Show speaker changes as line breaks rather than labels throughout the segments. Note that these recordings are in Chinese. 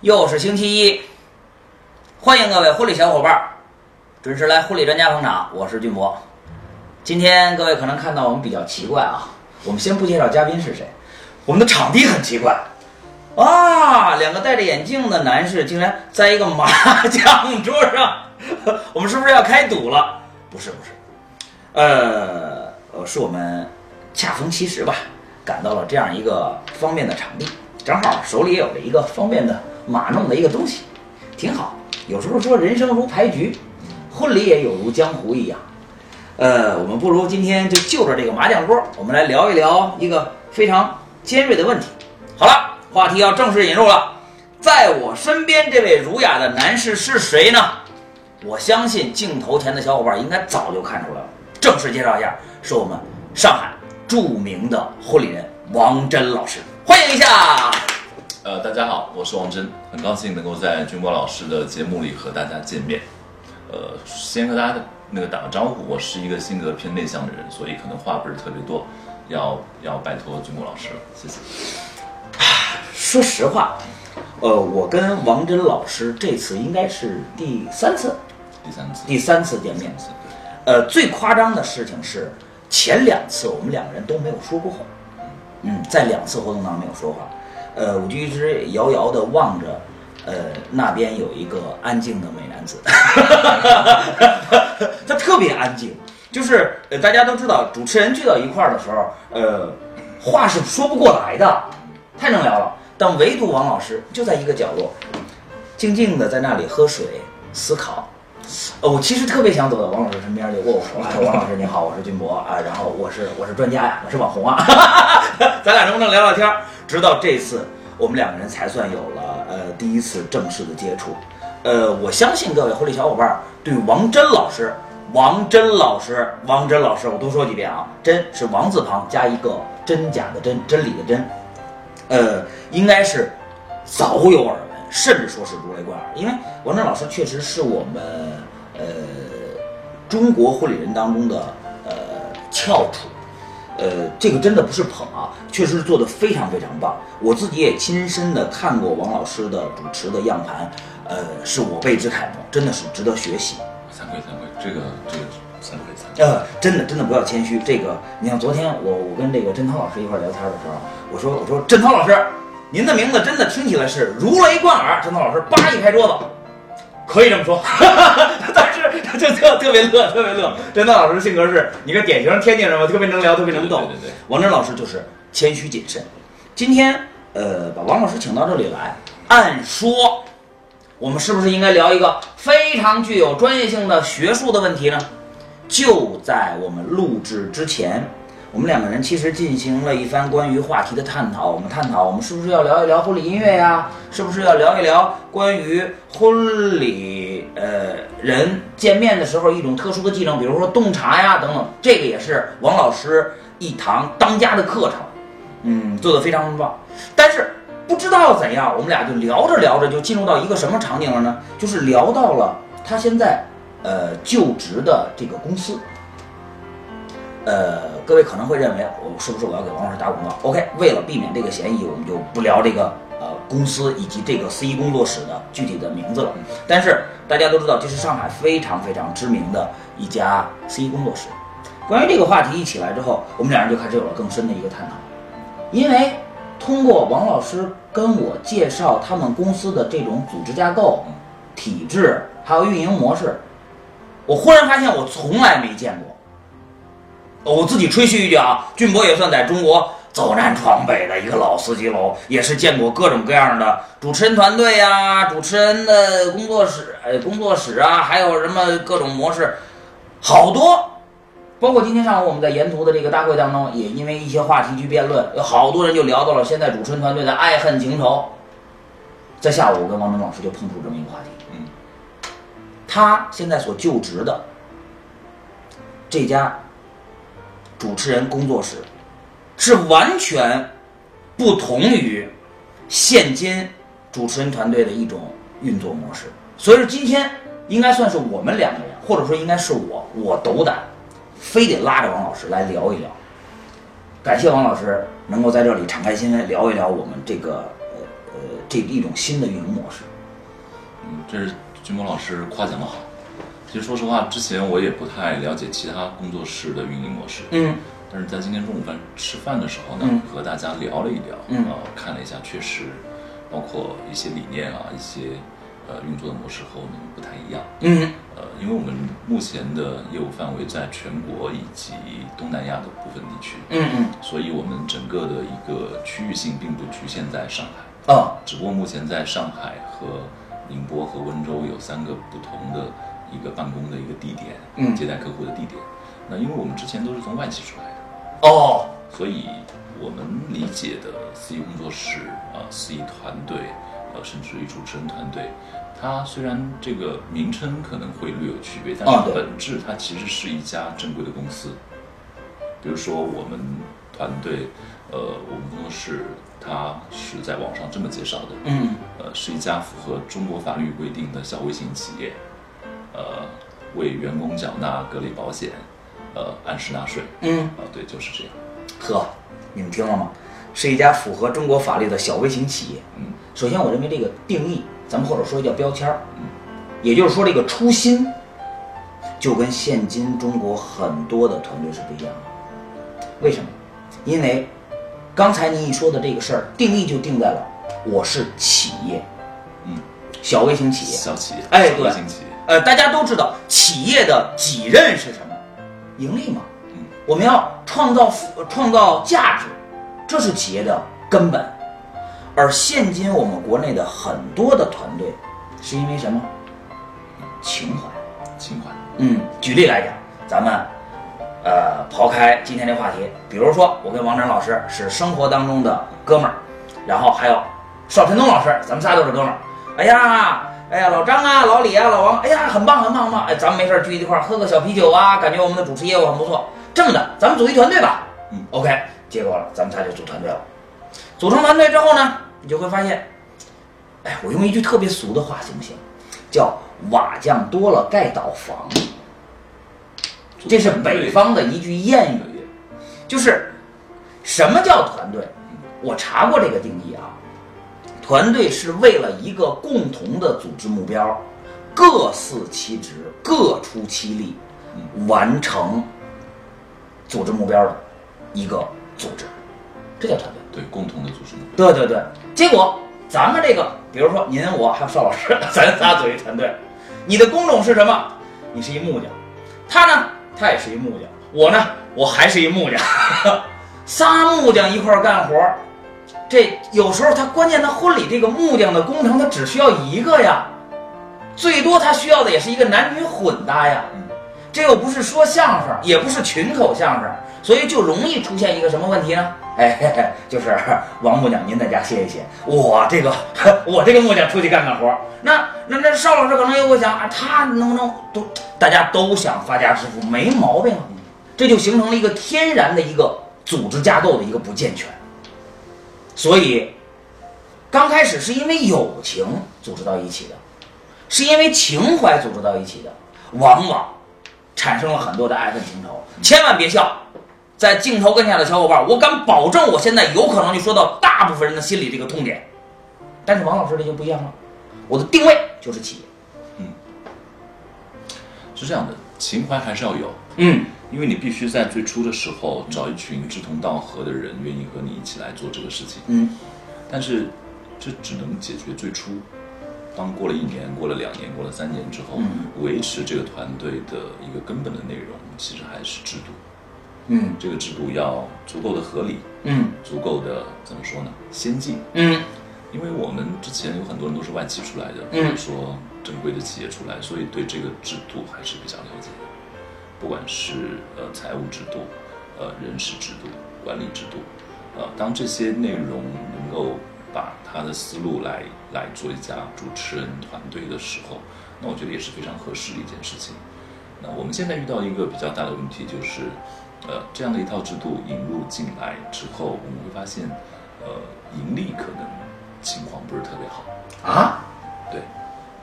又是星期一，欢迎各位婚礼小伙伴儿准时来婚礼专家捧场，我是俊博。今天各位可能看到我们比较奇怪啊，我们先不介绍嘉宾是谁，我们的场地很奇怪啊，两个戴着眼镜的男士竟然在一个麻将桌上，我们是不是要开赌了？不是不是，呃呃，是我们恰逢其时吧，赶到了这样一个方便的场地，正好手里也有了一个方便的码弄的一个东西，挺好。有时候说人生如牌局，婚礼也有如江湖一样。呃，我们不如今天就就着这个麻将桌，我们来聊一聊一个非常尖锐的问题。好了，话题要正式引入了。在我身边这位儒雅的男士是谁呢？我相信镜头前的小伙伴应该早就看出来了。正式介绍一下，是我们上海著名的婚礼人王真老师，欢迎一下。
呃，大家好，我是王真，很高兴能够在君博老师的节目里和大家见面。呃，先和大家那个打个招呼，我是一个性格偏内向的人，所以可能话不是特别多，要要拜托君博老师了，谢谢。
说实话，呃，我跟王真老师这次应该是第三次，
第三次，
第三次见面
三。次，对
呃，最夸张的事情是，前两次我们两个人都没有说过话，嗯，在两次活动当中没有说话，呃，我就一直遥遥的望着，呃，那边有一个安静的美男子， 他特别安静，就是呃，大家都知道，主持人聚到一块儿的时候，呃，话是说不过来的，太能聊了，但唯独王老师就在一个角落，静静的在那里喝水思考。呃，我其实特别想走到王老师身边去握握手，哎，王老师你好，我是君博啊，然后我是我是专家呀，我是网红啊， 咱俩能不能聊聊天儿？直到这次，我们两个人才算有了呃第一次正式的接触。呃，我相信各位婚礼小伙伴儿对王真老师、王真老师、王真老师，我多说几遍啊，真是王字旁加一个真假的真，真理的真，呃，应该是早有耳闻，甚至说是如雷贯耳。因为王震老师确实是我们呃中国婚礼人当中的呃翘楚，呃，这个真的不是捧啊，确实是做的非常非常棒。我自己也亲身的看过王老师的主持的样盘，呃，是我辈之楷模，真的是值得学习。
惭愧惭愧，这个这个惭愧惭愧，
呃，真的真的不要谦虚。这个，你像昨天我我跟这个振涛老师一块儿聊天的时候，我说我说振涛老师，您的名字真的听起来是如雷贯耳。振涛老师叭一拍桌子，可以这么说， 但是他就特特别乐，特别乐。振涛老师性格是一个典型天津人嘛，特别能聊，特别能逗。
对对对对
王真老师就是谦虚谨慎。今天呃，把王老师请到这里来，按说我们是不是应该聊一个非常具有专业性的学术的问题呢？就在我们录制之前，我们两个人其实进行了一番关于话题的探讨。我们探讨，我们是不是要聊一聊婚礼音乐呀？是不是要聊一聊关于婚礼呃人见面的时候一种特殊的技能，比如说洞察呀等等。这个也是王老师一堂当家的课程，嗯，做的非常棒。但是不知道怎样，我们俩就聊着聊着就进入到一个什么场景了呢？就是聊到了他现在呃就职的这个公司。呃，各位可能会认为我是不是我要给王老师打广告？OK，为了避免这个嫌疑，我们就不聊这个呃公司以及这个 C 工作室的具体的名字了。但是大家都知道，这是上海非常非常知名的一家 C 工作室。关于这个话题一起来之后，我们两人就开始有了更深的一个探讨。因为通过王老师跟我介绍他们公司的这种组织架构、体制还有运营模式，我忽然发现我从来没见过。哦我自己吹嘘一句啊，俊博也算在中国走南闯北的一个老司机喽，也是见过各种各样的主持人团队呀、主持人的工作室、呃工作室啊，还有什么各种模式，好多包括今天上午我们在沿途的这个大会当中，也因为一些话题去辩论，有好多人就聊到了现在主持人团队的爱恨情仇。在下午，我跟王明老师就碰触这么一个话题，
嗯，
他现在所就职的这家主持人工作室，是完全不同于现今主持人团队的一种运作模式。所以说，今天应该算是我们两个人，或者说应该是我，我斗胆，非得拉着王老师来聊一聊。感谢王老师能够在这里敞开心扉聊一聊我们这个呃呃这一种新的运营模式。
嗯，这是君博老师夸奖的好。其实说实话，之前我也不太了解其他工作室的运营模式，
嗯
但是在今天中午饭吃饭的时候呢，
嗯
和大家聊了一聊，
嗯
然后看了一下，确实包括一些理念啊，一些呃运作的模式和我们不太一样。
嗯
呃，因为我们目前的业务范围在全国以及东南亚的部分地区，
嗯嗯，
所以我们整个的一个区域性并不局限在上海。
哦，
只不过目前在上海和宁波和温州有三个不同的一个办公的一个地点，
嗯
接待客户的地点。那因为我们之前都是从外企出来的，
哦，
所以我们理解的司仪工作室啊、司仪团队，呃，甚至于主持人团队，它虽然这个名称可能会略有区别，但
啊
是
对
本质它其实是一家正规的公司。比如说我们团队，呃，我们工作室它是在网上这么介绍的，
嗯
呃，是一家符合中国法律规定的小微型企业，呃，为员工缴纳各类保险，呃，按时纳税，
嗯，
啊、对，就是这样。
呵，你们听了吗？是一家符合中国法律的小微型企业。
嗯，
首先，我认为这个定义，咱们或者说叫标签儿，也就是说这个初心，就跟现今中国很多的团队是不一样的。为什么？因为刚才您一说的这个事儿，定义就定在了我是企业，
嗯，
小微型企业。
小企业，
哎
小
对
微型企业，
呃，大家都知道企业的己任是什么？盈利嘛。
嗯
我们要创造富呃创造价值，这是企业的根本。而现今我们国内的很多的团队，是因为什么？情怀。
情怀，
嗯，举例来讲，咱们呃刨开今天这话题，比如说我跟王晨老师是生活当中的哥们儿，然后还有邵晨东老师，咱们仨都是哥们儿。哎呀，哎呀，老张啊，老李啊，老王，哎呀，很棒很棒很棒。哎，咱们没事儿聚一块儿喝个小啤酒啊，感觉我们的主持业务很不错。这么的，咱们组一团队吧。
嗯
，OK。结果咱们仨就组团队了。组成团队之后呢，你就会发现，哎，我用一句特别俗的话行不行？叫瓦匠多了盖倒房。这是北方的一句谚语，就是什么叫团队？我查过这个定义啊，团队是为了一个共同的组织目标，各司其职，各出其力，完成组织目标的一个组织，这叫团队。
对共同的组织目标，
对对对，结果咱们这个，比如说您我还有邵老师， 咱仨组一团队，你的工种是什么？你是一木匠，他呢，他也是一木匠，我呢，我还是一木匠， 仨木匠一块儿干活儿，这有时候他关键他婚礼这个木匠的工程他只需要一个呀，最多他需要的也是一个男女混搭呀。
嗯，
这又不是说相声，也不是群口相声，所以就容易出现一个什么问题呢？哎，嘿嘿就是王木匠，您在家歇一歇，我这个我这个木匠出去干干活儿。那那那邵老师可能又会想啊，他能不能都大家都想发家致富，没毛病啊。这就形成了一个天然的一个组织架构的一个不健全。所以，刚开始是因为友情组织到一起的，是因为情怀组织到一起的，往往产生了很多的爱恨情仇。千万别笑，在镜头跟前的小伙伴，我敢保证，我现在有可能就说到大部分人的心里这个痛点。但是王老师这就不一样了，我的定位就是企业。
是这样的，情怀还是要有，
嗯
因为你必须在最初的时候找一群志同道合的人，愿意和你一起来做这个事情。
嗯
但是这只能解决最初。当过了一年、过了两年、过了三年之后，维持这个团队的一个根本的内容，其实还是制度。
嗯
这个制度要足够的合理，
嗯
足够的怎么说呢？先进。
嗯
因为我们之前有很多人都是外企出来的，或
嗯
者说正规的企业出来，所以对这个制度还是比较了解的。不管是呃财务制度、呃人事制度、管理制度，呃，当这些内容能够把他的思路来来做一家主持人团队的时候，那我觉得也是非常合适的一件事情。那我们现在遇到一个比较大的问题就是，呃，这样的一套制度引入进来之后，我们会发现，呃，盈利可能情况不是特别好，
啊，
对，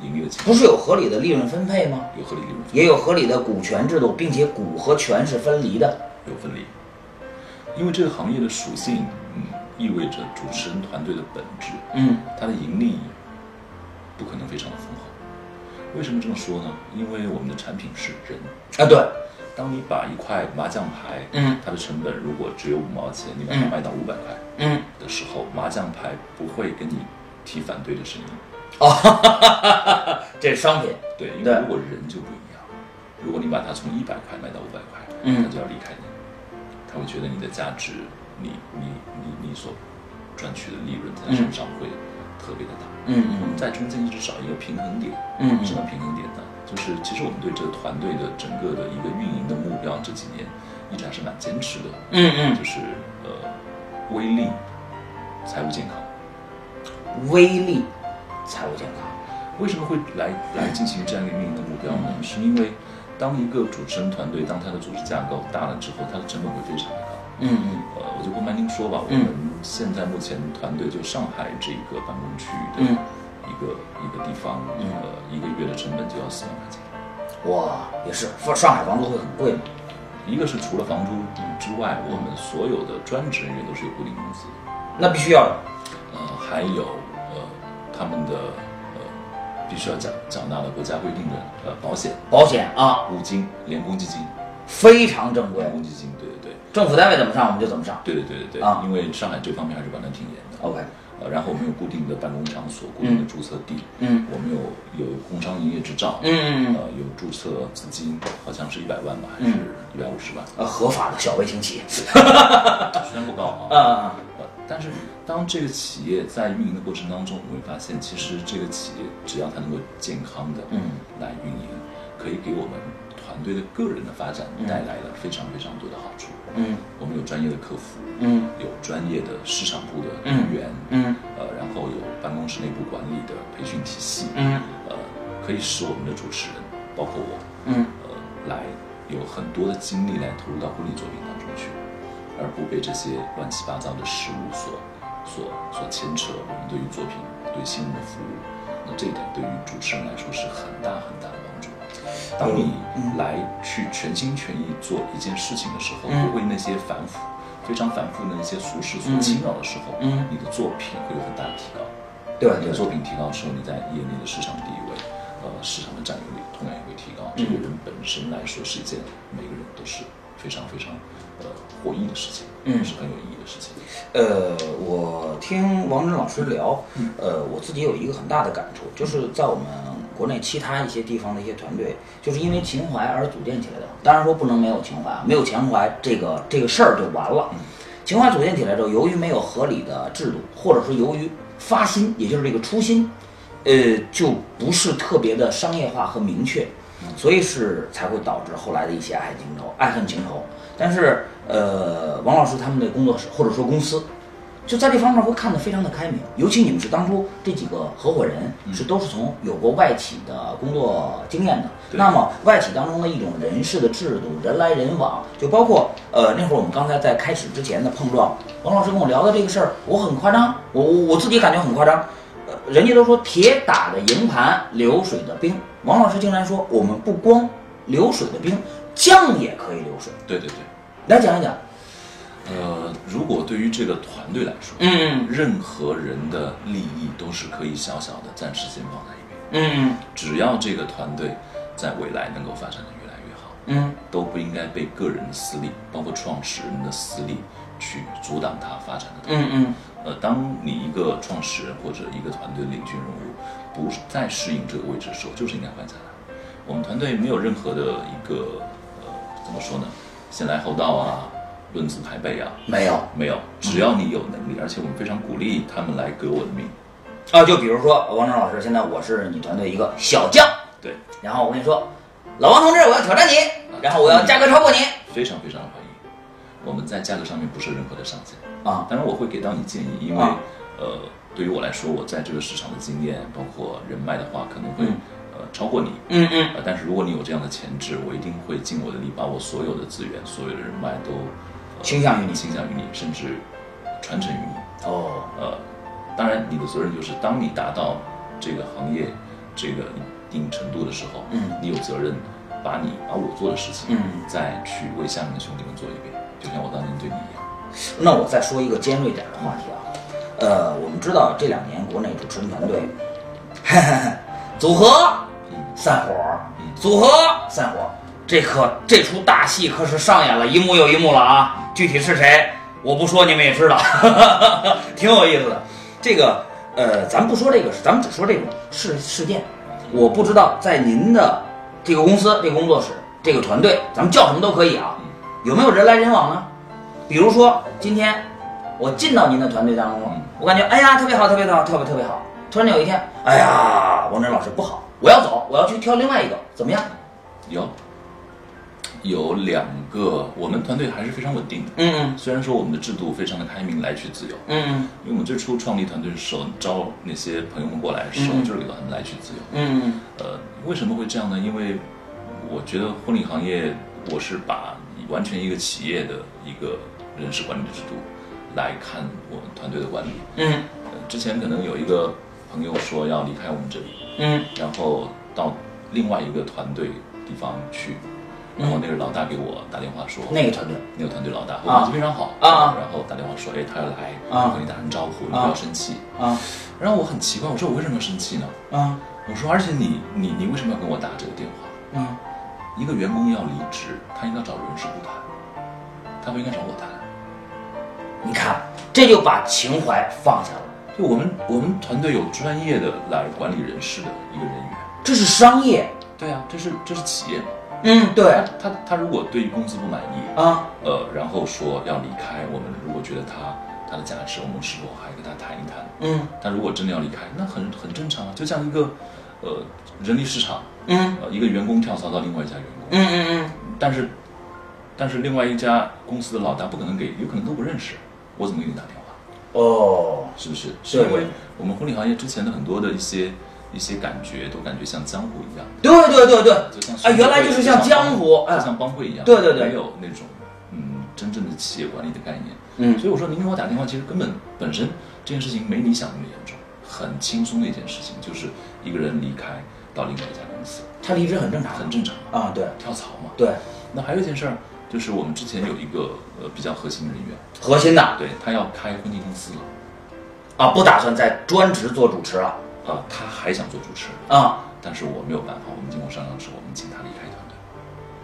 盈利的情
不是有合理的利润分配吗？
有合理利润分
也有合理的股权制度，并且股和权是分离的。
有分离，因为这个行业的属性，嗯，意味着主持人团队的本质，
嗯
它的盈利不可能非常的丰厚。为什么这么说呢？因为我们的产品是人。
啊对，
当你把一块麻将牌，
嗯
它的成本如果只有五毛钱，你把它
嗯
卖到五百块
嗯
的时候，麻将牌不会跟你提反对的声音。
这是商品，
对，因为
对
如果人就不一样，如果你把它从一百块卖到五百块，
嗯
他就要离开你，他会觉得你的价值，你你你你所赚取的利润在他身上会特别的大。我
嗯
们在中间一直找一个平衡点，
嗯
什么平衡点呢？就是其实我们对这个团队的整个的一个运营的目标，这几年一直还是蛮坚持的，
嗯嗯
就是呃，微利、财务健康。
嗯，威力，财务健康，
为什么会来来进行这样一个运营的目标呢？是因为当一个主持人团队，当他的组织架构大了之后，它的成本会非常的高。
嗯嗯
呃，我就不瞒您说吧，我
嗯
们现在目前团队就上海这一个办公区域的
嗯
一个、一个地方，呃，一个月的成本就要四万块钱。
哇，也是，说上海房租会很贵吗？
一个是除了房租之外，我们所有的专职人员都是有固定工资，
那必须要有，
呃，还有呃他们的呃必须要缴缴纳的国家规定的呃保险、
保险啊，
五金、连公积金。
非常正规
员，工基金，对对
政府单位怎么上我们就怎么上。
对对对对对，
啊
因为上海这方面还是管得挺严的。
OK，
呃，然后我们有固定的办公场所、固定的注册地，
嗯
我们有有工商营业执照，
嗯嗯嗯
呃，有注册资金，好像是一百万吧，还是一百五十万，
呃，合法的小微型企业，
虽然不高啊，
嗯
呃，但是当这个企业在运营的过程当中，我们会发现，其实这个企业只要它能够健康的
嗯
来运营，可以给我们团队的个人的发展带来了非常非常多的好处。
嗯
我们有专业的客服，
嗯
有专业的市场部的人员，
嗯
呃，然后有办公室内部管理的培训体系，
嗯
呃，可以使我们的主持人，包括我，
嗯，
呃，来有很多的精力来投入到婚礼作品当中去，而不被这些乱七八糟的事物所所所牵扯。我们对于作品、对新人的服务，那这一点对于主持人来说是很大很大的帮助。当你
嗯
来去全心全意做一件事情的时候，
嗯
不为那些繁复、非常繁复的那些俗事所侵扰的时候，
嗯
你的作品会有很大的提高。
对
你
对
的
对
作品提高之后，你在业内的市场地位，呃，市场的占有率同样也会提高。这
嗯
对人本身来说是一件每个人都是非常非常呃获益的事情，
嗯
是很有意义的事情。
呃，我听王真老师聊，呃，我自己有一个很大的感触，就是在我们国内其他一些地方的一些团队，就是因为情怀而组建起来的。当然说不能没有情怀啊，没有情怀这个这个事儿就完了。情怀组建起来之后，由于没有合理的制度，或者说由于发心，也就是这个初心，呃，就不是特别的商业化和明确，所以是才会导致后来的一些爱恨情仇、爱恨情仇。但是，呃，王老师他们的工作室或者说公司，就在这方面会看得非常的开明。尤其你们是当初这几个合伙人是都是从有过外企的工作经验的，
对
那么啊外企当中的一种人事的制度、人来人往，就包括呃那会儿我们刚才在开始之前的碰撞，王老师跟我聊的这个事儿，我很夸张，我我我自己感觉很夸张。呃，人家都说铁打的营盘，流水的兵，王老师竟然说我们不光流水的兵，将也可以流水。
对对对，
来讲一讲，
呃，如果对于这个团队来说，
嗯
任何人的利益都是可以小小的暂时先放在一边，
嗯
只要这个团队在未来能够发展的越来越好，
嗯
都不应该被个人的私利，包括创始人的私利去阻挡它发展的。
嗯嗯
呃，当你一个创始人或者一个团队的领军人物不再适应这个位置的时候，就是应该换下来。我们团队没有任何的一个呃，怎么说呢，先来后到啊，论资排辈啊，
没有
没有，只要你有能力，而且我们非常鼓励他们来革我的命。
啊，就比如说王峥老师，现在我是你团队一个小将，
对，
然后我跟你说，老王同志，我要挑战你，然后我要价格超过你
非常非常欢迎。我们在价格上面不设任何的上限，
啊，
当然我会给到你建议，因为、
啊
呃，对于我来说，我在这个市场的经验，包括人脉的话，可能会、
嗯
呃超过你。
嗯嗯
呃，但是如果你有这样的潜质，我一定会尽我的力，把我所有的资源、所有的人脉都、呃
倾向于你
倾向于你，甚至传承于你。
哦，
呃，当然，你的责任就是，当你达到这个行业这个一定程度的时候，
嗯
你有责任把你把我做的事情，
嗯
再去为下面的兄弟们做一遍，就像我当年对你一样。
那我再说一个尖锐点的话题啊，呃，我们知道这两年国内主持人团队， 组合散伙，组合散伙，这可这出大戏可是上演了一幕又一幕了啊！具体是谁，我不说你们也知道， 挺有意思的。这个呃，咱不说这个，咱们只说这个事事件。我不知道在您的这个公司、这个工作室、这个团队，咱们叫什么都可以啊，有没有人来人往呢？比如说今天我进到您的团队当中了，我感觉哎呀特别好，特别好，特别特别好。突然有一天，哎呀，王真老师不好，我要走，我要去挑另外一个，怎么样？
有有两个，我们团队还是非常稳定的。
嗯
虽然说我们的制度非常的开明，来去自由，
嗯嗯
因为我们最初创立团队的时候，招那些朋友们过来的时候，
嗯
就是给到他们来去自由。
嗯
呃，为什么会这样呢？因为我觉得婚礼行业，我是把完全一个企业的一个人事管理的制度来看我们团队的管理。
嗯
呃之前可能有一个朋友说要离开我们这里，
嗯
然后到另外一个团队地方去，然后那个老大给我打电话说，
嗯那个团队，
那个团队老大和我
啊
关系非常好
啊
然后打电话说，哎，他要来，
啊
我跟你打声招呼，你不要生气。
啊
然后我很奇怪，我说我为什么要生气呢？
啊
我说，而且你你你为什么要跟我打这个电话？
嗯
一个员工要离职，他应该找人事部谈，他不应该找我谈。
你看，这就把情怀放下了，
就我们我们团队有专业的来管理人事的一个人员。
这是商业。
对啊，这是这是企业嘛。
嗯，对
他他他如果对于公司不满意，
啊，
呃，然后说要离开，我们如果觉得他他的价值，我们是否还跟他谈一谈？
嗯
他如果真的要离开，那很很正常啊，就像一个呃人力市场，
嗯
呃一个员工跳槽到另外一家员工，
嗯嗯
但是但是另外一家公司的老大不可能给，有可能都不认识，我怎么给你打电话？
嗯，哦，
是不是？是
对
因为我们婚礼行业之前的很多的一些一些感觉，都感觉像江湖一样，
对对对对，
就像
哎，原来就是像江湖，
就
哎，
像帮会一样，
对对对
没有那种嗯真正的企业管理的概念。
嗯
所以我说您给我打电话，其实根本本身这件事情没你想的那么严重，很轻松的一件事情，就是一个人离开到另外一家公司，
他离职很正常
很正常嘛，
啊，对
跳槽嘛。
对，
那还有一件事儿，就是我们之前有一个呃比较核心的人员，
核心的
对他要开婚庆公司了
啊，不打算再专职做主持了
啊、他还想做主持人，
啊
但是我没有办法，我们经过商量之后，我们请他离开团队。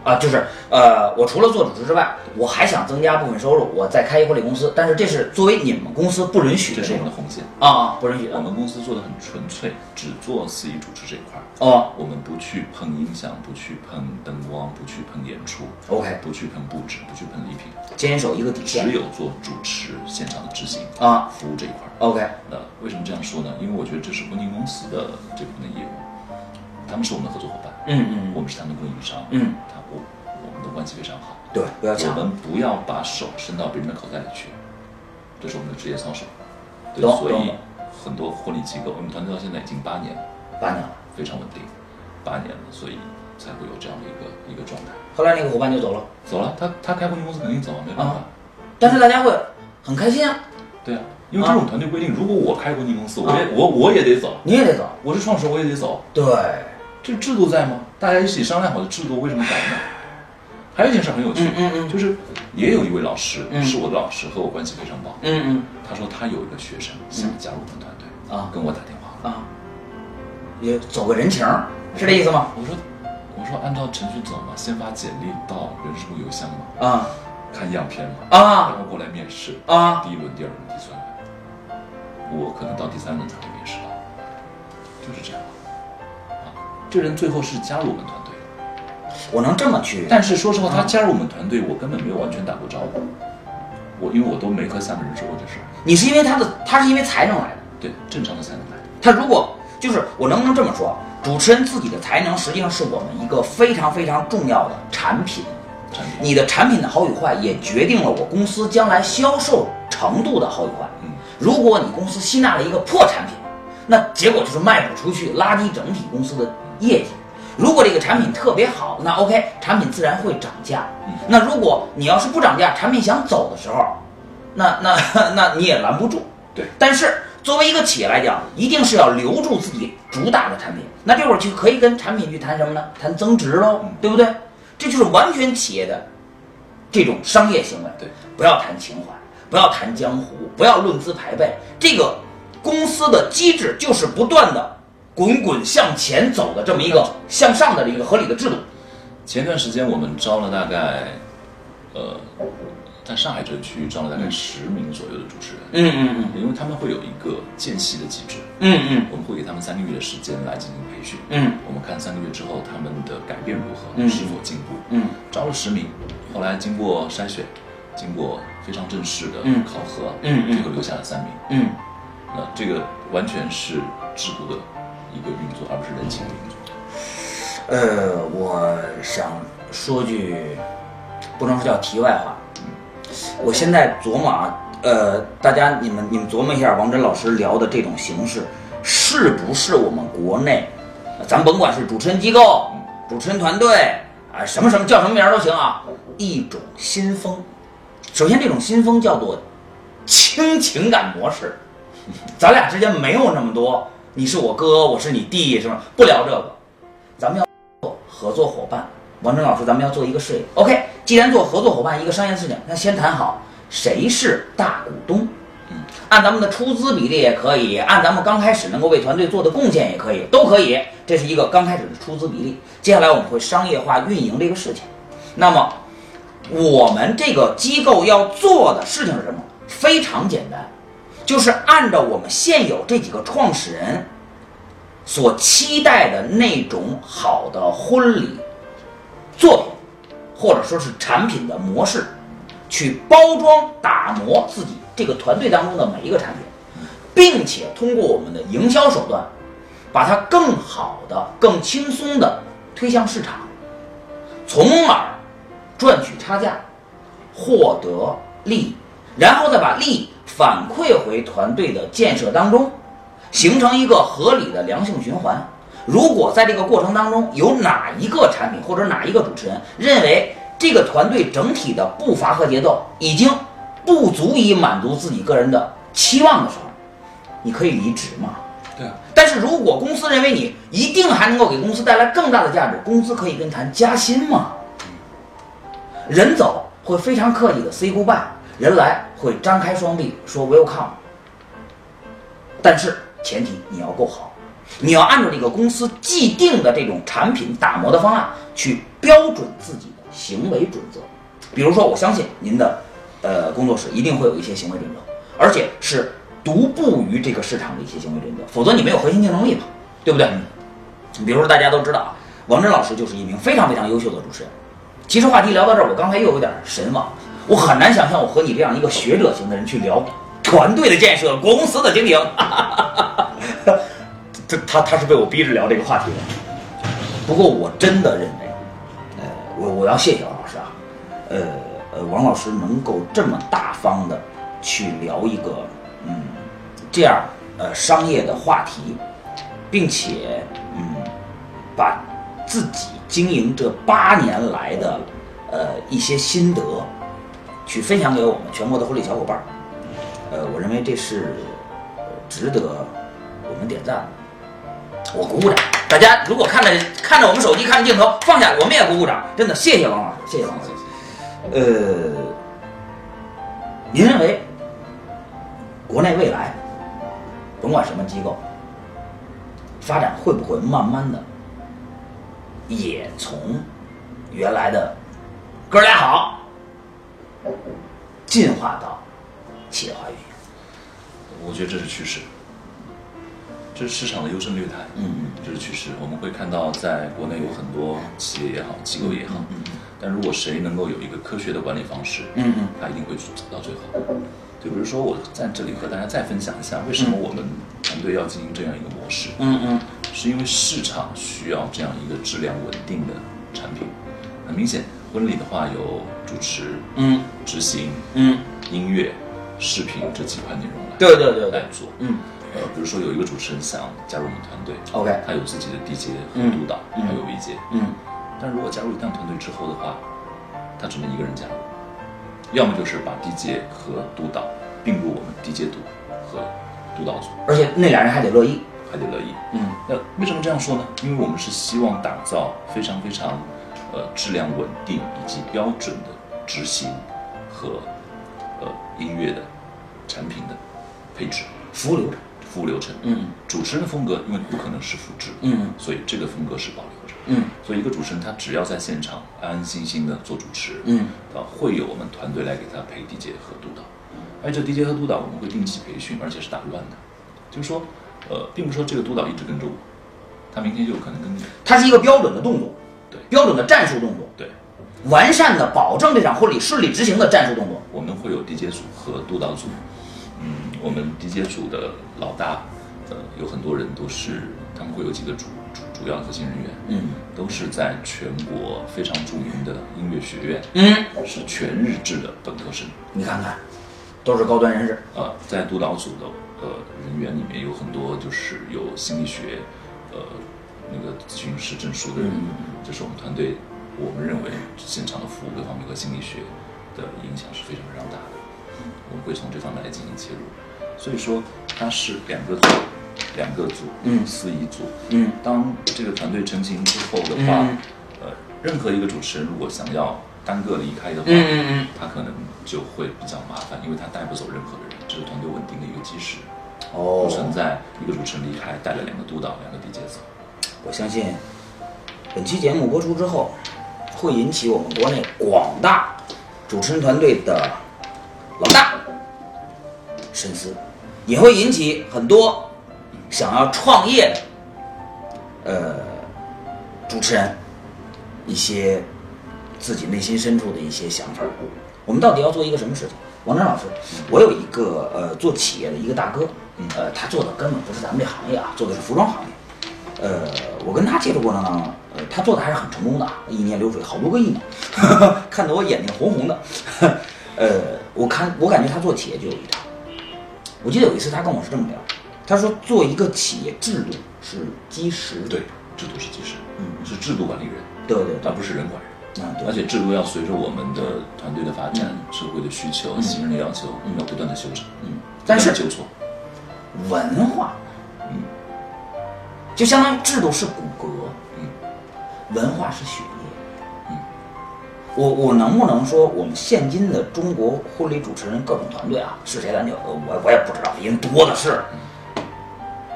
啊，就是呃，我除了做主持之外，我还想增加部分收入，我再开一婚礼公司，但是这是作为你们公司不允许
这
的
是
这
我
种
们的红线，
啊，不允许
我
的
们公司做的很纯粹，只做司仪主持这一块儿。
哦
我们不去碰音响，不去碰灯光，不去碰演出，
，OK，
不去碰布置，不去碰礼品，
坚守一个底
只
线
有做主持、现场的执行、
啊
服务这一块儿。
，OK，
那为什么这样说呢？因为我觉得这是婚庆公司的这部分的业务，他们是我们的合作伙伴，
嗯
我
嗯
们是他们的供应商，
嗯，
他我我们的关系非常好，
对，不要
我
抢，
们不要把手伸到别人的口袋里去，这是我们的职业操守。对，
懂
所
懂
以
懂
很多婚礼机构，我们团队到现在已经八年了。
八年了，
非常稳定，八年了，所以才会有这样的一个一个状态。
后来那个伙伴就走了，
走了，他他开婚庆公司肯定走啊，没办法。
啊但是大家会很开心啊，
对啊，因为这种团队规定，如果我开婚庆公司，我也、我我也得走，
你也得走，
我是创始人，我也得走，
对，
这制度在吗？大家一起商量好的制度为什么改呢？还有一件事很有趣，
嗯嗯嗯
就是也有一位老师、
嗯
是我的老师，和我关系非常棒。
嗯
他说他有一个学生想加入我们团队，
嗯啊
跟我打电话了。
啊，也走个人情儿，是这意思吗？
我说我说按照程序走嘛，先发简历到人事部邮箱嘛，
啊
看样片嘛，然
啊
后过来面试。
啊！
第一轮、第二轮、第三轮，我可能到第三轮才会面试到，就是这样。啊，这人最后是加入我们团队，的，
我能这么去，
但是说实话，他加入我们团队，我根本没有完全打过招呼，我因为我都没和下面人说过这事儿。
你是因为他的，他是因为才能来的。
对，正常的才能来。
他如果就是我能不能这么说，主持人自己的才能实际上是我们一个非常非常重要的产品。
产品，
你的产品的好与坏，也决定了我公司将来销售程度的好与坏。
嗯，
如果你公司吸纳了一个破产品，那结果就是卖不出去，拉低整体公司的业绩。如果这个产品特别好，那 OK，产品自然会涨价。
嗯
那如果你要是不涨价，产品想走的时候，那那那你也拦不住。
对
但是作为一个企业来讲，一定是要留住自己主打的产品。那这会儿就可以跟产品去谈什么呢？谈增值喽
嗯，
对不对？这就是完全企业的这种商业行为。
对，
不要谈情怀，不要谈江湖，不要论资排辈。这个公司的机制就是不断的滚滚向前走的这么一个向上的一个合理的制度。
前段时间我们招了大概，呃，在上海这个区域招了大概十名左右的主持人，
嗯嗯
因为他们会有一个间隙的机制，
嗯嗯
我们会给他们三个月的时间来进行培训，
嗯
我们看三个月之后他们的改变如何，
嗯
是否进步。
嗯
招了十名，后来经过筛选，经过非常正式的
嗯
考核，
嗯嗯
最后留下了三名。
嗯
那这个完全是制度的一个运作，而不是人情的运作。
嗯。呃，我想说句，不能说叫题外话。我现在琢磨啊，呃，大家你们你们琢磨一下，王真老师聊的这种形式，是不是我们国内，咱甭管是主持人机构、主持人团队啊，什么什么叫什么名儿都行啊，一种新风。首先，这种新风叫做轻情感模式，咱俩之间没有那么多，你是我哥，我是你弟，什么不聊这个，咱们要做合作伙伴。王真老师，咱们要做一个事业，OK？既然做合作伙伴一个商业事情，那先谈好谁是大股东。
嗯，
按咱们的出资比例也可以，按咱们刚开始能够为团队做的贡献也可以，都可以。这是一个刚开始的出资比例。接下来我们会商业化运营这个事情。那么我们这个机构要做的事情是什么？非常简单，就是按照我们现有这几个创始人所期待的那种好的婚礼作品，或者说是产品的模式，去包装打磨自己这个团队当中的每一个产品，并且通过我们的营销手段，把它更好的、更轻松的推向市场，从而赚取差价，获得利益，然后再把利益反馈回团队的建设当中，形成一个合理的良性循环。如果在这个过程当中有哪一个产品或者哪一个主持人认为这个团队整体的步伐和节奏已经不足以满足自己个人的期望的时候，你可以离职嘛。
对啊，
但是如果公司认为你一定还能够给公司带来更大的价值，公司可以跟你谈加薪嘛。人走会非常刻意的 say goodbye，人来会张开双臂说 welcome。但是前提你要够好，你要按照这个公司既定的这种产品打磨的方案去标准自己的行为准则。比如说，我相信您的呃工作室一定会有一些行为准则，而且是独步于这个市场的一些行为准则，否则你没有核心竞争力嘛，对不对？比如说大家都知道啊，王真老师就是一名非常非常优秀的主持人。其实话题聊到这儿，我刚才又有点神往，我很难想象我和你这样一个学者型的人去聊团队的建设、国公司的经营。这 他他是被我逼着聊这个话题的。不过我真的认为，呃，我我要谢谢王老师啊，呃呃，王老师能够这么大方的去聊一个嗯这样呃商业的话题，并且嗯把自己经营这八年来的呃一些心得，去分享给我们全国的婚礼小伙伴儿。呃，我认为这是呃值得我们点赞的。我鼓鼓掌，大家如果看着看着我们手机看着镜头放下，我们也鼓鼓掌，真的谢谢王老师，谢谢王老师。呃，您认为国内未来，甭管什么机构，发展会不会慢慢的也从原来的哥俩好进化到企业化运营？
我觉得这是趋势，这是市场的优胜劣汰，
嗯
这是趋势。我们会看到，在国内有很多企业也好，机构也好，
嗯
但如果谁能够有一个科学的管理方式，
嗯嗯
他一定会走到最后。就比如说，我在这里和大家再分享一下，为什么我们团队要进行这样一个模式，
嗯嗯
是因为市场需要这样一个质量稳定的产品。很明显，婚礼的话有主持、
嗯
执行、
嗯，
音乐、视频这几块内容来
对对对对
来，做。
嗯
呃，比如说有一个主持人想加入我们团队，
，OK，
他有自己的 DJ 和
嗯
督导，
嗯
还有 VJ，
嗯
但如果加入一旦团队之后的话，他只能一个人加入，要么就是把 DJ 和督导并入我们 DJ 组和督导组，
而且那俩人还得乐意，
还得乐意。
嗯
那为什么这样说呢？因为我们是希望打造非常非常，呃，质量稳定以及标准的执行和呃音乐的、产品的配置、
服务流程。
服务流程。
嗯
主持人的风格，因为不可能是复制，
嗯
所以这个风格是保留着。
嗯
所以一个主持人他只要在现场安安心心的做主持，
嗯
啊，会有我们团队来给他陪 DJ 和督导，而这 DJ 和督导我们会定期培训，而且是打乱的，就是说，呃，并不是说这个督导一直跟着我，他明天就有可能跟你，
它是一个标准的动作，
对
标准的战术动作，
对，
完善的保证这场婚礼顺利执行的战术动作。
我们会有 DJ 组和督导组，嗯，我们 DJ 组的老大，呃，有很多人都是，他们会有几个主主主要核心人员，
嗯
都是在全国非常著名的音乐学院，
嗯，
是全日制的本科生。
你看看，都是高端人士。
呃，在督导组的呃人员里面有很多就是有心理学，呃那个咨询师证书的
嗯
人，这是我们团队我们认为现场的服务各方面和心理学的影响是非常非常大的，我们会从这方面来进行切入，所以说它是两个组，两个组，
嗯
司仪组，
嗯
当这个团队成型之后的话，
嗯
呃，任何一个主持人如果想要单个离开的话，
嗯嗯
他可能就会比较麻烦，因为他带不走任何的人，这是团队稳定的一个基石。
嗯，
不存
哦，
在一个主持人离开，带了两个督导，两个 DJ 走。
我相信本期节目播出之后，会引起我们国内广大主持人团队的老大深思，也会引起很多想要创业的呃主持人一些自己内心深处的一些想法。我们到底要做一个什么事情？王真老师，我有一个呃做企业的一个大哥，呃，他做的根本不是咱们这行业啊，做的是服装行业。呃，我跟他接触过程当中，呃，他做的还是很成功的，啊，一年流水好多个亿呢， 看得我眼睛红红的。 呃，我看我感觉他做企业就有一套。我记得有一次他跟我是这么聊，他说做一个企业制度是基石，
对，制度是基石，
嗯
是制度管理人，
对对
而
对，
不是人管人。
啊对
而，且制度要随着我们的团队的发展、社会的需求、新人的要求，要不断的修正，
嗯，但是
不断地纠错。
文化，
嗯，
就相当于制度是骨骼，
嗯，
文化是血液，
嗯，
我我能不能说我们现今的中国婚礼主持人各种团队啊，是谁咱就我我也不知道，因为多的是，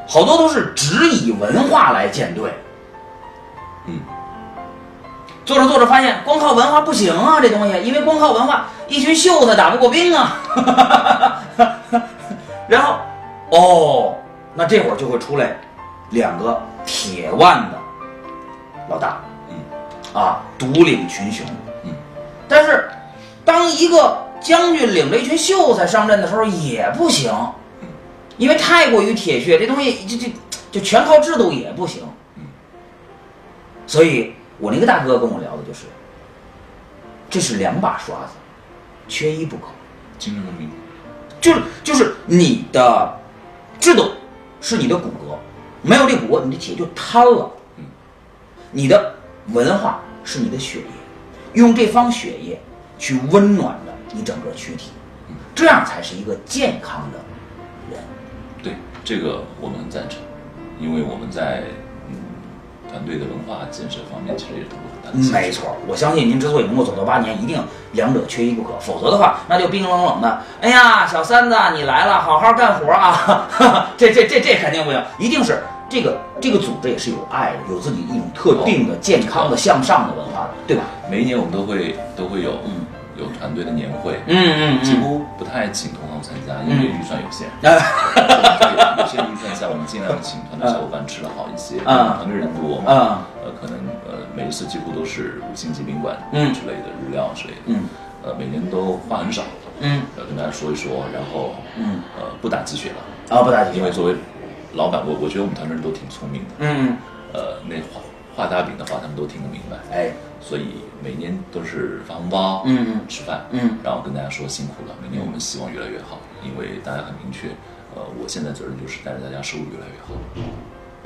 好多都是只以文化来建队，
嗯，
做着做着发现光靠文化不行啊，这东西，因为光靠文化，一群袖子打不过兵啊。然后，哦，那这会儿就会出来两个铁腕的老大，嗯，啊，独领群雄，
嗯。
但是，当一个将军领着一群秀才上阵的时候也不行，因为太过于铁血，这东西就就就全靠制度也不行。所以我那个大哥跟我聊的就是，这是两把刷子，缺一不可。
精神文明，
就是就是你的制度是你的骨骼，没有这骨骼，你的企业就瘫了。
嗯
你的文化是你的血液，用这方血液去温暖着你整个躯体，这样才是一个健康的人。
对这个我们很赞成，因为我们在嗯团队的文化建设方面其实也是投入很大的心思。
嗯没错，我相信您之所以能够走到八年，一定两者缺一不可，否则的话，那就冰冷冷的。哎呀，小三子，你来了，好好干活啊！ 这这这这肯定不行，一定是这个这个组织也是有爱的，有自己一种特定的、健康的、向上的文化的，对吧？
每一年我们都会都会有、有团队的年会，
嗯
几 乎不太请同行参加，因为预算有限。
嗯
有些预算下，我们尽量请团队小伙伴吃的好一些，
嗯
团队人多嘛，
嗯
呃，可能呃每一次几乎都是五星级宾馆
嗯
之类的日料之类的，
嗯
呃，每年都话很少，
嗯
呃，跟大家说一说，然后
嗯，
呃，不打鸡血了，
啊，不打紧，
因为作为老板，我我觉得我们团队人都挺聪明的，
嗯，
呃，那画画大饼的话，他们都听得明白，
哎，
所以每年都是发红包，
嗯嗯
吃饭，
嗯
然后跟大家说辛苦了，明年我们希望越来越好，因为大家很明确，呃，我现在责任就是带着大家收入越来越好，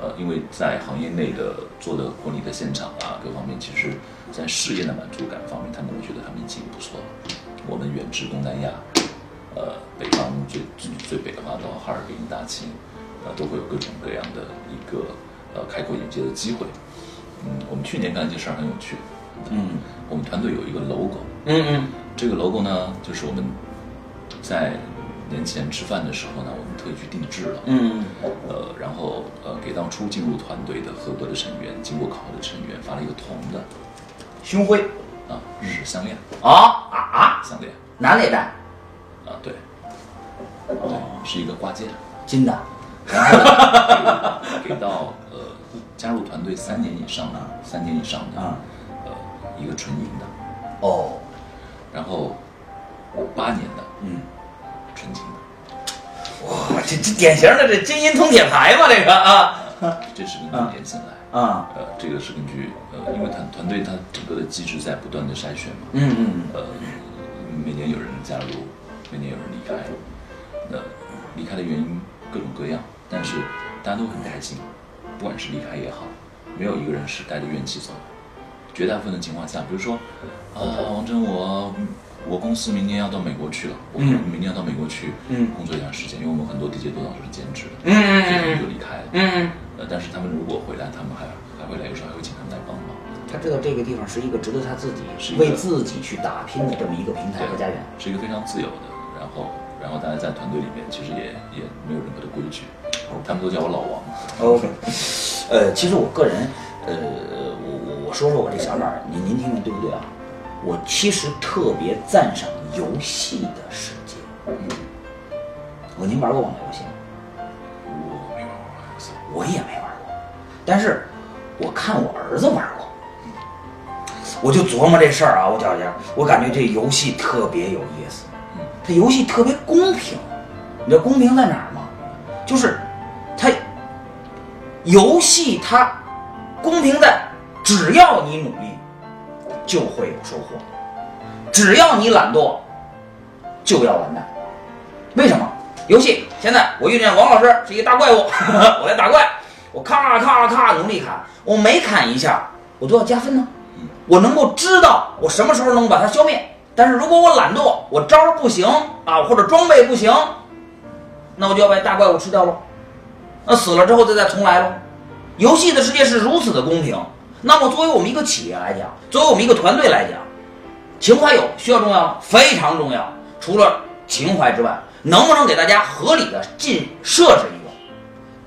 呃，因为在行业内的做的婚礼的现场啊，各方面，其实在事业的满足感方面，他们我觉得他们已经不错了。我们远至东南亚，呃，北方最最最北的话到哈尔滨、大庆，呃，都会有各种各样的一个呃开阔眼界的机会。嗯，我们去年干了一件事儿很有趣，
嗯
我们团队有一个 logo，
嗯嗯
这个 logo 呢，就是我们在年前吃饭的时候呢，我们特意去定制了，
嗯
呃，然后呃给当初进入团队的合格的成员，经过考核的成员发了一个铜的
胸徽
啊，是项链，
啊啊啊，
项链
男的也戴，
啊，对，对，是一个挂件。
金的，
给到呃加入团队三年以上的，三年以上的，
啊
呃一个纯银的，
哦，
然后八年的
嗯，
纯金的，
哇，这这典型的这金银铜铁牌嘛，这个啊
这是根据年限来。
啊，
呃，这个是根据呃，因为团团队它整个的机制在不断的筛选嘛，
嗯嗯
呃，每年有人加入，每年有人离开，那离开的原因各种各样，但是大家都很开心，不管是离开也好，没有一个人是带着怨气走的。绝大部分的情况下，比如说，啊、王真，我我公司明年要到美国去了，我
嗯
明年要到美国去
嗯
工作一段时间，因为我们很多地接督导是兼职的，
嗯嗯
所以他们
嗯
就离开了。
嗯，
呃，但是他们如果回来，他们还还会来，有时候还会请他们来帮忙。
他知道这个地方是一个值得他自己
是一个
为自己去打拼的这么一个平台和家园。
是一个非常自由的。然后，然后大家在团队里面其实也也没有任何的规矩，
哦
他们都叫我老王。
OK，呃，其实我个人，呃，我我我说说我这想法儿，您您听听对不对啊？我其实特别赞赏游戏的世界。我您玩过网络游戏吗？
我没玩过 X，
我也没玩过，但是我看我儿子玩过，我就琢磨这事儿啊，我觉着我感觉这游戏特别有意思，它游戏特别公平，你知道公平在哪儿吗？就是它游戏它公平在只要你努力就会有收获，只要你懒惰就要完蛋。为什么？游戏现在我遇见王老师是一个大怪物， 我来打怪，我咔咔咔努力砍，我每砍一下我都要加分呢。我能够知道我什么时候能把它消灭，但是如果我懒惰，我招儿不行啊，或者装备不行，那我就要被大怪物吃掉喽。那死了之后再再重来喽。游戏的世界是如此的公平。那么作为我们一个企业来讲，作为我们一个团队来讲，情怀有需要重要吗？非常重要。除了情怀之外，能不能给大家合理的进设置一个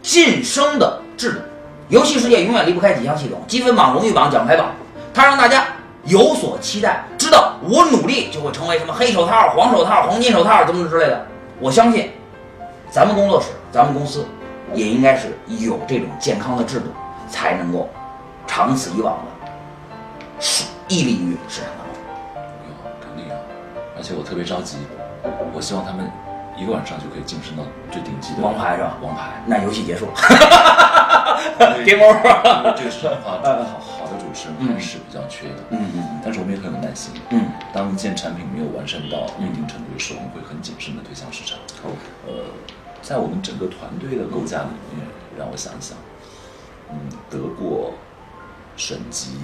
晋升的制度？游戏世界永远离不开几项系统：积分榜、荣誉榜、奖牌榜，它让大家有所期待，知道我努力就会成为什么黑手套、黄手套、黄金手套，怎么怎么之类的。我相信咱们工作室、咱们公司也应该是有这种健康的制度，才能够长此以往的屹立于市场当中。
有肯定有，而且我特别着急，我希望他们一个晚上就可以晋升到最顶级的
王牌是吧
王
。
牌
那游戏结束了，
因
Game
为
over
因为这个市场的话，好好的主持人还是比较缺的。
嗯嗯
但是我们也很有耐心。
嗯，
当一件产品没有完善到一定程度的时候，我们会很谨慎的推向市场。
OK
呃，在我们整个团队的构架里面，让我想一想，嗯，得过省级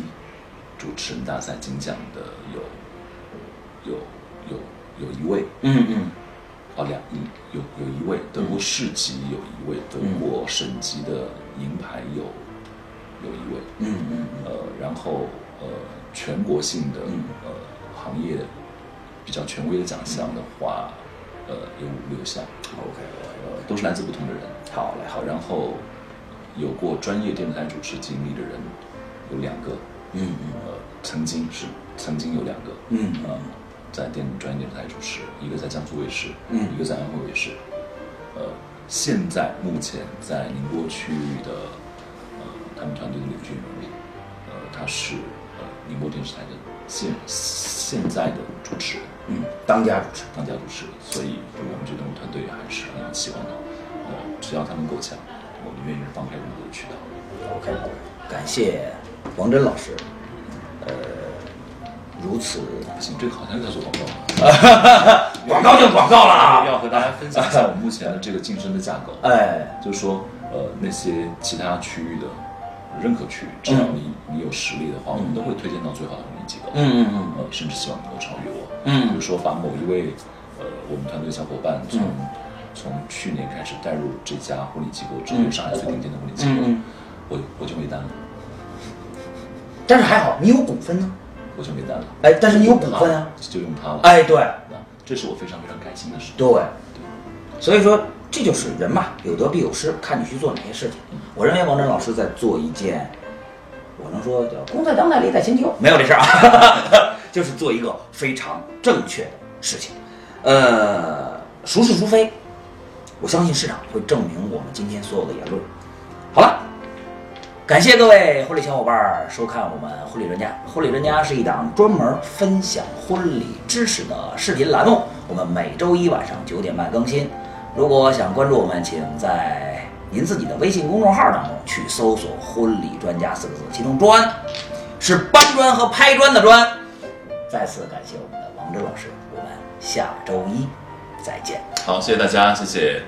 主持人大赛金奖的有有有有一位，
嗯嗯
哦，两一有有一位德国市级有一位，德国省级的银牌有有一位，
嗯嗯
呃，然后呃，全国性的、
嗯
呃行业比较权威的奖项的话，呃，有五六项，
，OK，
呃，都是来自不同的人。
好嘞，
好，然后有过专业电台主持经历的人有两个，
嗯
呃，曾经是曾经有两个，
嗯
呃，在电专业电台主持，一个在江苏卫视，
嗯
一个在安徽卫视，呃，现在目前在宁波区域的，呃，他们团队的李俊荣，呃，他是呃宁波电视台的现现在的主持人，
嗯，当家主持，
当家主持人，所以我们觉得我们团队还是很有希望的，呃，只要他们够强，我们愿意放开任何的渠道。
OK，感谢王真老师，呃，如此
不行，这个好像又在做 广告了。
广告就广告了啊，
要和大家分享一下我们目前的这个晋升的架构，
哎，
就是说，呃，那些其他区域的任何区域，只要你你有实力的话，我们都会推荐到最好的公益机构，
嗯嗯
呃，甚至希望能够超越我。
嗯
比如说把某一位，呃，我们团队小伙伴从从去年开始带入这家婚礼机构，这是上海最顶尖的婚礼机构
嗯嗯，
我我就没单了，
嗯，但是还好你有股份呢，
我就没单了。
哎，但是你有股份啊，
就用它了，
哎，对，
那这是我非常非常开心的事。
对，所以说这就是人嘛，有得必有失，看你去做哪些事情。我认为王真老师在做一件，我能说叫功在当代，利在千秋，没有这事儿啊， 就是做一个非常正确的事情。呃，孰是孰非，我相信市场会证明我们今天所有的言论。好了。感谢各位婚礼小伙伴儿收看我们《婚礼专家》。《婚礼专家》是一档专门分享婚礼知识的视频栏目，我们每周一晚上九点半更新。如果想关注我们，请在您自己的微信公众号当中去搜索“婚礼专家”四个字，其中“专”是搬砖和拍砖的“砖”。再次感谢我们的王真老师，我们下周一再见。
好，谢谢大家，谢谢。